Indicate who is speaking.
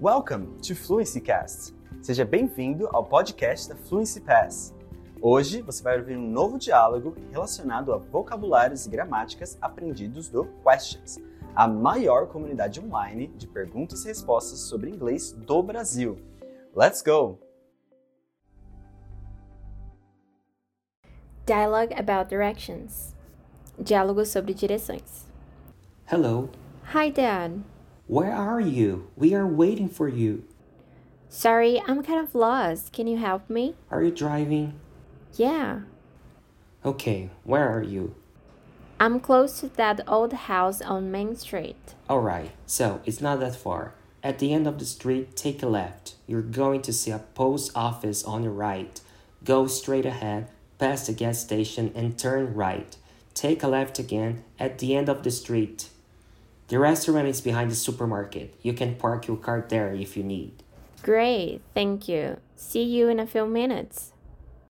Speaker 1: Welcome to Fluency Cast. Seja bem-vindo ao podcast da Fluency Pass. Hoje você vai ouvir um novo diálogo relacionado a vocabulários e gramáticas aprendidos do Questions, a maior comunidade online de perguntas e respostas sobre inglês do Brasil. Let's go!
Speaker 2: Dialogue about directions. Diálogo sobre direções.
Speaker 3: Hello,
Speaker 2: Hi, Dad.
Speaker 3: where are you? We are waiting for you.
Speaker 2: Sorry, I'm kind of lost. Can you help me?
Speaker 3: Are you driving?
Speaker 2: Yeah.
Speaker 3: Okay, where are you?
Speaker 2: I'm close to that old house on Main Street.
Speaker 3: Alright, so it's not that far. At the end of the street, take a left. You're going to see a post office on your right. Go straight ahead, past the gas station, and turn right. Take a left again at the end of the street. The restaurant is behind the supermarket. You can park your car there if you need.
Speaker 2: Great, thank you. See you in a few minutes.